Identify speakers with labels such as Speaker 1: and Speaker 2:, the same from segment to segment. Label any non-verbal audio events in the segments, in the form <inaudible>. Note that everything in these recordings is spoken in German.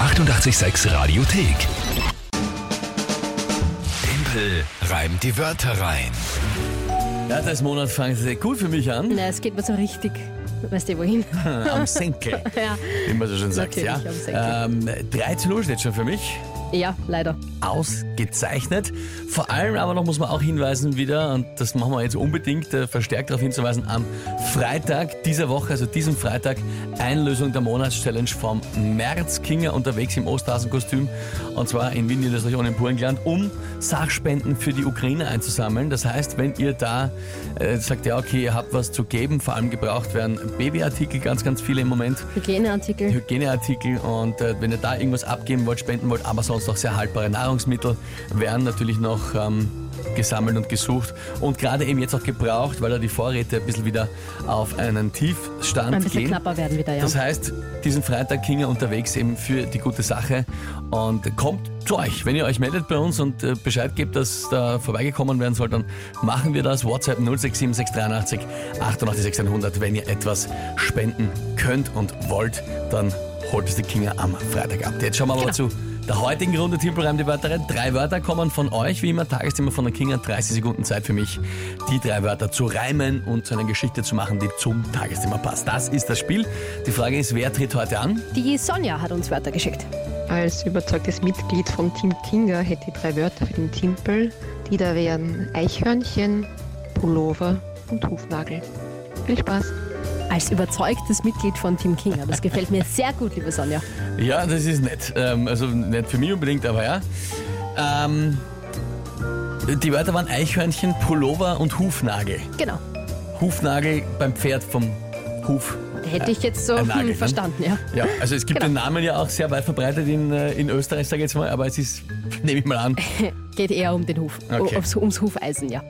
Speaker 1: 886 Radiothek. Tempel reimt die Wörter rein.
Speaker 2: Ja, das Monat fangen sie cool für mich an.
Speaker 3: Na, es geht mir so richtig. Weißt du, wohin? <laughs>
Speaker 2: Am Senkel,
Speaker 3: Ja,
Speaker 2: wie man so schön sagt.
Speaker 3: Natürlich, am
Speaker 2: ja. ähm, 3 zu 0 steht schon für mich.
Speaker 3: ja leider.
Speaker 2: Ausgezeichnet. Vor allem aber noch muss man auch hinweisen wieder, und das machen wir jetzt unbedingt, äh, verstärkt darauf hinzuweisen, am Freitag dieser Woche, also diesem Freitag, Einlösung der Monatschallenge vom Märzkinger unterwegs im Osthasenkostüm, und zwar in Wien, Niederösterreich und in Burgenland, um Sachspenden für die Ukraine einzusammeln. Das heißt, wenn ihr da äh, sagt, ja okay, ihr habt was zu geben, vor allem gebraucht werden Babyartikel, ganz, ganz viele im Moment,
Speaker 3: Hygieneartikel.
Speaker 2: Hygieneartikel und äh, wenn ihr da irgendwas abgeben wollt, spenden wollt, aber sonst auch sehr haltbare Nahrungsmittel, werden natürlich noch ähm, gesammelt und gesucht und gerade eben jetzt auch gebraucht, weil da die Vorräte ein bisschen wieder auf einen Tiefstand
Speaker 3: Ein bisschen
Speaker 2: gehen.
Speaker 3: knapper werden wieder, ja.
Speaker 2: Das heißt, diesen Freitag Kinger unterwegs eben für die gute Sache und kommt zu euch. Wenn ihr euch meldet bei uns und äh, Bescheid gebt, dass da vorbeigekommen werden soll, dann machen wir das. WhatsApp 067683 88600. Wenn ihr etwas spenden könnt und wollt, dann holt es die Kinger am Freitag ab. Jetzt schauen wir
Speaker 3: Genau.
Speaker 2: aber zu. Der heutigen Runde Timpelreim die Wörter rein. Drei Wörter kommen von euch, wie immer Tagesthema von der Kinga. 30 Sekunden Zeit für mich, die drei Wörter zu reimen und zu einer Geschichte zu machen, die zum Tagesthema passt. Das ist das Spiel. Die Frage ist, wer tritt heute an?
Speaker 3: Die Sonja hat uns Wörter geschickt.
Speaker 4: Als überzeugtes Mitglied vom Team Kinga hätte ich drei Wörter für den Timpel. Die da wären Eichhörnchen, Pullover und Hufnagel. Viel Spaß!
Speaker 3: Als überzeugtes Mitglied von Team Kinga. Das gefällt mir sehr gut, liebe Sonja.
Speaker 2: Ja, das ist nett. Ähm, also nicht für mich unbedingt, aber ja. Ähm, die Wörter waren Eichhörnchen, Pullover und Hufnagel.
Speaker 3: Genau.
Speaker 2: Hufnagel beim Pferd vom Huf.
Speaker 3: Hätte ich jetzt so
Speaker 2: Ein Nagel,
Speaker 3: hm,
Speaker 2: ne?
Speaker 3: verstanden, ja.
Speaker 2: Ja, also es gibt
Speaker 3: Genau.
Speaker 2: den Namen ja auch sehr weit verbreitet in, äh, in Österreich, sage ich jetzt mal, aber es ist, <laughs> nehme ich mal an,
Speaker 3: Geht eher um den Huf.
Speaker 2: Okay.
Speaker 3: Oh, Ums, ums Hufeisen, ja.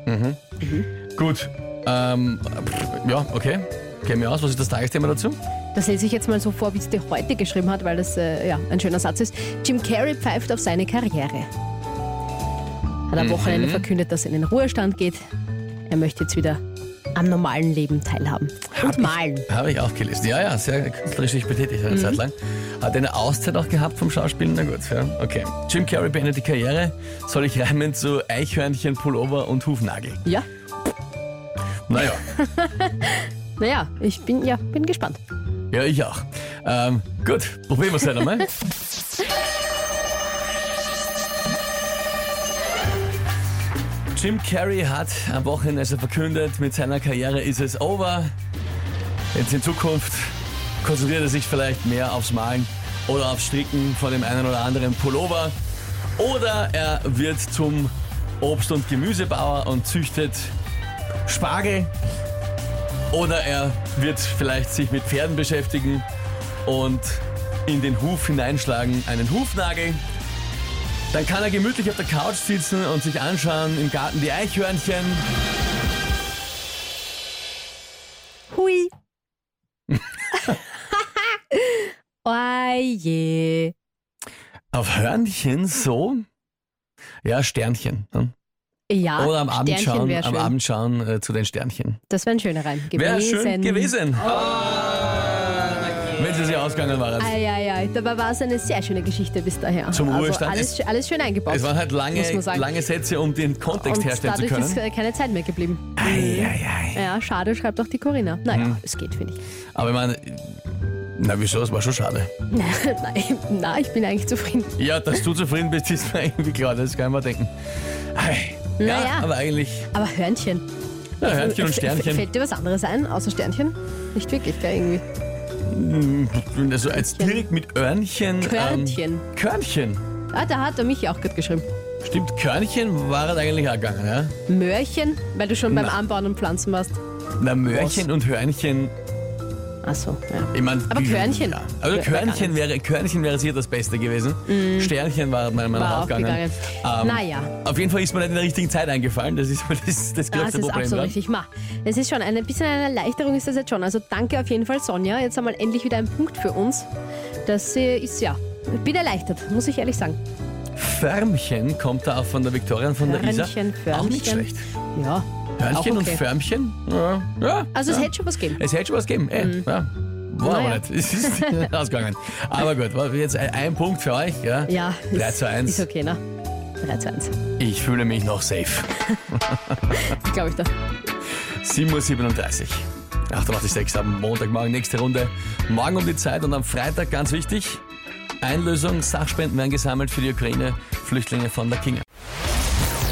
Speaker 2: Gut. Ähm, pff, ja, okay. Gehen wir aus. Was ist das Tagesthema dazu?
Speaker 3: Das lese ich jetzt mal so vor, wie es dir heute geschrieben hat, weil das äh, ja, ein schöner Satz ist. Jim Carrey pfeift auf seine Karriere. Hat
Speaker 2: Mhm.
Speaker 3: am Wochenende verkündet, dass er in den Ruhestand geht. Er möchte jetzt wieder am normalen Leben teilhaben. Und malen.
Speaker 2: Habe ich auch gelesen. Ja, ja, sehr künstlerisch sich betätigt eine Zeit lang. Hat eine Auszeit auch gehabt vom Schauspielen? Na gut, ja, okay. Jim Carrey beendet die Karriere. Soll ich reimen zu Eichhörnchen, Pullover und Hufnagel?
Speaker 3: Ja?
Speaker 2: Naja,
Speaker 3: Naja, ich bin, ja, bin gespannt.
Speaker 2: ja, ich auch. Ähm, gut, probieren wir es halt einmal. Jim Carrey hat am Wochenende also verkündet, mit seiner Karriere ist es over. Jetzt in Zukunft konzentriert er sich vielleicht mehr aufs Malen oder aufs Stricken von dem einen oder anderen Pullover. Oder er wird zum Obst- und Gemüsebauer und züchtet Spargel. Oder er wird vielleicht sich mit Pferden beschäftigen und in den Huf hineinschlagen einen Hufnagel. Dann kann er gemütlich auf der Couch sitzen und sich anschauen im Garten die Eichhörnchen. <laughs>
Speaker 3: Hui. Oje.
Speaker 2: Auf Hörnchen so? Ja, Sternchen. Ne?
Speaker 3: Ja,
Speaker 2: Oder am Abend
Speaker 3: Ah, Sternchen
Speaker 2: schauen,
Speaker 3: wär
Speaker 2: am
Speaker 3: schön.
Speaker 2: Abend schauen äh, zu den Sternchen.
Speaker 3: Das wäre ein schöner Reim
Speaker 2: Wäre
Speaker 3: gewesen. Oh,
Speaker 2: schön gewesen. Wenn sie sich ausgegangen waren.
Speaker 3: Eieiei, dabei war es eine sehr schöne Geschichte bis daher.
Speaker 2: Also
Speaker 3: Also
Speaker 2: Zum Ruhestand
Speaker 3: Alles, alles schön eingebaut.
Speaker 2: Es waren halt
Speaker 3: muss
Speaker 2: lange,
Speaker 3: man sagen.
Speaker 2: lange Sätze, um den Kontext
Speaker 3: Und
Speaker 2: herstellen zu
Speaker 3: dadurch ist
Speaker 2: können.
Speaker 3: äh, keine Zeit mehr geblieben. Mhm.
Speaker 2: Ei, ei, ei. Mhm.
Speaker 3: Ja, schade, schreibt auch die Corinna. Naja, es geht, finde ich. <laughs>
Speaker 2: Aber ich meine, na wieso, es war schon schade.
Speaker 3: Nein, na, ich bin eigentlich zufrieden.
Speaker 2: Ja, dass du zufrieden bist, <laughs> ist mir irgendwie klar, das kann ich mir denken. Ei, Ja,
Speaker 3: Naja.
Speaker 2: aber eigentlich,
Speaker 3: Aber Hörnchen.
Speaker 2: ja, Hörnchen und
Speaker 3: F- f-
Speaker 2: Sternchen,
Speaker 3: Fällt dir was anderes ein, außer Sternchen? Nicht wirklich, gell, irgendwie.
Speaker 2: also als direkt mit Örnchen.
Speaker 3: Körnchen.
Speaker 2: Ähm, Körnchen.
Speaker 3: Ah, da hat er mich auch gut geschrieben.
Speaker 2: Stimmt, Körnchen war es eigentlich auch gegangen, ja?
Speaker 3: Möhrchen, weil du schon beim
Speaker 2: Na.
Speaker 3: Anbauen und Pflanzen warst.
Speaker 2: Na, Möhrchen und Hörnchen,
Speaker 3: Ach so, ja.
Speaker 2: ich meine.
Speaker 3: Aber Körnchen.
Speaker 2: Ja, also
Speaker 3: Wär- wär
Speaker 2: Körnchen
Speaker 3: gegangen.
Speaker 2: wäre, Körnchen wäre sicher das Beste gewesen. Sternchen war meiner Meinung
Speaker 3: Mm. War
Speaker 2: nach auch
Speaker 3: auch
Speaker 2: gegangen. Ähm,
Speaker 3: gegangen. Naja.
Speaker 2: Auf jeden Fall ist mir nicht in der richtigen Zeit eingefallen, das ist <laughs> das, das größte
Speaker 3: Ja, Ah, das ist
Speaker 2: Problem.
Speaker 3: absolut
Speaker 2: ja.
Speaker 3: richtig. Ma, es ist schon ein ein bisschen eine Erleichterung ist das jetzt schon. Also danke auf jeden Fall, Sonja. Jetzt einmal endlich wieder ein Punkt für uns. Das äh, ist ja. Ich bin erleichtert, muss ich ehrlich sagen.
Speaker 2: Förmchen kommt da auch von der Viktoria und von der Isa.
Speaker 3: Förmchen,
Speaker 2: Auch nicht
Speaker 3: Förmchen.
Speaker 2: schlecht.
Speaker 3: Ja.
Speaker 2: Hörnchen
Speaker 3: auch
Speaker 2: und
Speaker 3: okay.
Speaker 2: Förmchen? Ja. ja.
Speaker 3: Also
Speaker 2: ja.
Speaker 3: es hätte schon was gegeben.
Speaker 2: es hätte schon was gegeben. Ey, eh, ja. War aber
Speaker 3: Naja.
Speaker 2: nicht. Es ist
Speaker 3: <laughs>
Speaker 2: ausgegangen. Aber gut, war jetzt ein, ein Punkt für euch. Ja.
Speaker 3: Ja,
Speaker 2: 3 Äh, zu 1.
Speaker 3: Ist okay, ne? 3 zu 1.
Speaker 2: Ich fühle mich noch safe.
Speaker 3: Glaube ich da.
Speaker 2: 7.37 Uhr. 886 am Montagmorgen, nächste Runde. Morgen um die Zeit und am Freitag, ganz wichtig, Einlösung, Sachspenden werden gesammelt für die Ukraine, Flüchtlinge von der Kinga.